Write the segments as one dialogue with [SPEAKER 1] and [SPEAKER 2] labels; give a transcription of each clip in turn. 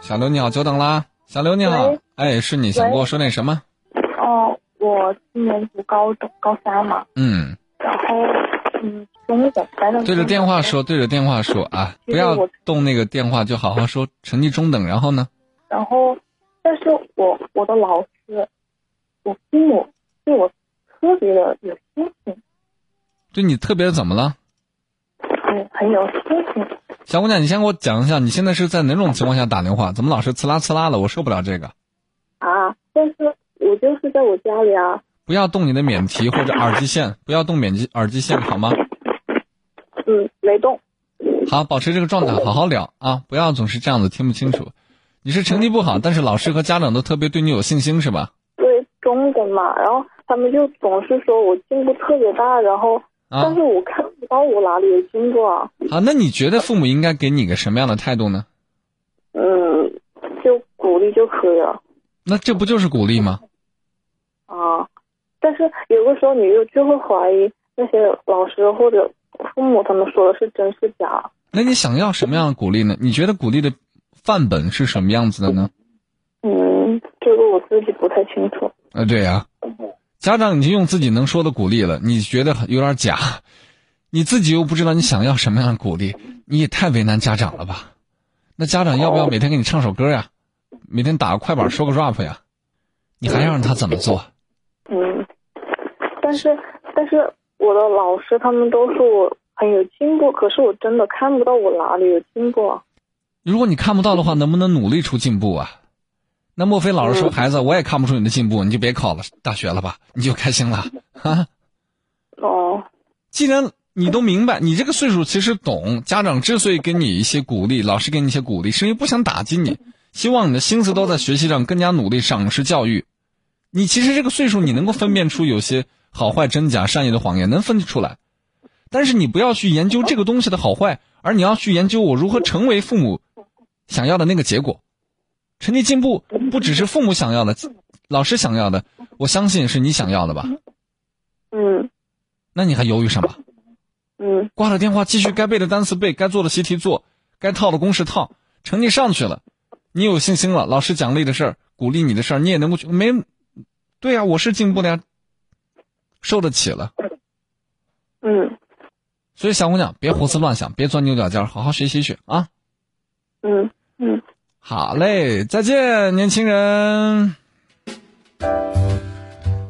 [SPEAKER 1] 小刘你好，久等啦。小刘你好
[SPEAKER 2] 喂，
[SPEAKER 1] 哎，是你想跟我说点什么？
[SPEAKER 2] 哦，我今年读高中高三嘛，
[SPEAKER 1] 嗯，
[SPEAKER 2] 然后嗯，中等，反正
[SPEAKER 1] 对着电话说，对着电话说啊，不要
[SPEAKER 2] 其实我
[SPEAKER 1] 动那个电话，就好好说。成绩中等，然后呢？
[SPEAKER 2] 然后，但是我我的老师，我父母对我特别的有心情，
[SPEAKER 1] 对你特别怎么了？
[SPEAKER 2] 嗯，很有心情。
[SPEAKER 1] 小姑娘，你先给我讲一下，你现在是在哪种情况下打电话？怎么老是呲啦呲啦的？我受不了这个！
[SPEAKER 2] 啊，但是我就是在我家里啊，
[SPEAKER 1] 不要动你的免提或者耳机线， 不要动免机耳机线好吗？
[SPEAKER 2] 嗯，没动。
[SPEAKER 1] 好，保持这个状态，好好聊啊！不要总是这样子听不清楚。你是成绩不好，但是老师和家长都特别对你有信心，是吧？
[SPEAKER 2] 对中等嘛，然后他们就总是说我进步特别大，然后、
[SPEAKER 1] 啊
[SPEAKER 2] 但是我看不到我哪里有进步啊，
[SPEAKER 1] 好，那你觉得父母应该给你个什么样的态度呢？
[SPEAKER 2] 嗯，就鼓励就可以了
[SPEAKER 1] 那这不就是鼓励吗？
[SPEAKER 2] 啊。但是有的时候你就就会怀疑那些老师或者父母他们说的是真是假，
[SPEAKER 1] 那你想要什么样的鼓励呢？你觉得鼓励的范本是什么样子的呢？
[SPEAKER 2] 嗯，这个我自己不太清楚。
[SPEAKER 1] 啊，对呀、家长已经用自己能说的鼓励了，你觉得有点假，你自己又不知道你想要什么样的鼓励，你也太为难家长了吧？那家长要不要每天给你唱首歌呀？每天打个快板，说个 rap 呀？你还要让他怎么做？
[SPEAKER 2] 嗯，但是但是我的老师他们都说我很有进步，可是我真的看不到我哪里有进步啊。
[SPEAKER 1] 如果你看不到的话，能不能努力出进步啊？那莫非老师说，
[SPEAKER 2] 嗯
[SPEAKER 1] 孩子，我也看不出你的进步，你就别考了大学了吧，你就开心了啊？
[SPEAKER 2] 哦，
[SPEAKER 1] 既然你都明白，你这个岁数其实懂，家长之所以给你一些鼓励，老师给你一些鼓励，是因为不想打击你，希望你的心思都在学习上更加努力，赏识教育。你其实这个岁数，你能够分辨出有些好坏、真假、善意的谎言，能分得出来。但是你不要去研究这个东西的好坏，而你要去研究我如何成为父母想要的那个结果。成绩进步不只是父母想要的，老师想要的，我相信是你想要的吧？
[SPEAKER 2] 嗯
[SPEAKER 1] 那你还犹豫什么？
[SPEAKER 2] 嗯。
[SPEAKER 1] 挂了电话，继续该背的单词背，该做的习题做，该套的公式套，成绩上去了，你有信心了，老师奖励的事儿，鼓励你的事儿，你也能够去没，对呀、我是进步了呀，受得起了。
[SPEAKER 2] 嗯
[SPEAKER 1] 所以小姑娘，别胡思乱想，别钻牛角尖儿，好好学习去啊！
[SPEAKER 2] 嗯嗯，
[SPEAKER 1] 好嘞，再见，年轻人。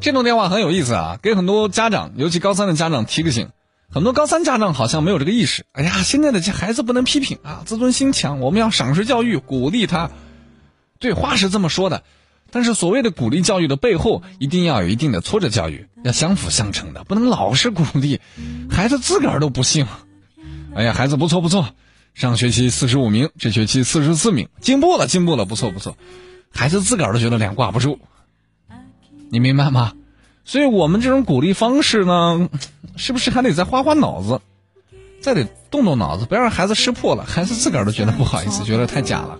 [SPEAKER 1] 这种电话很有意思啊，给很多家长，尤其高三的家长提个醒。很多高三家长好像没有这个意识。哎呀，现在的这孩子不能批评啊，自尊心强，我们要赏识教育，鼓励他。对，话是这么说的，但是所谓的鼓励教育的背后，一定要有一定的挫折教育，要相辅相成的，不能老是鼓励，孩子自个儿都不信。哎呀，孩子不错不错，上学期四十五名，这学期四十四名，进步了进步了，不错不错，孩子自个儿都觉得脸挂不住，你明白吗？所以我们这种鼓励方式呢，是不是还得再花花脑子，再得动动脑子，不要让孩子识破了，孩子自个儿都觉得不好意思，觉得太假了。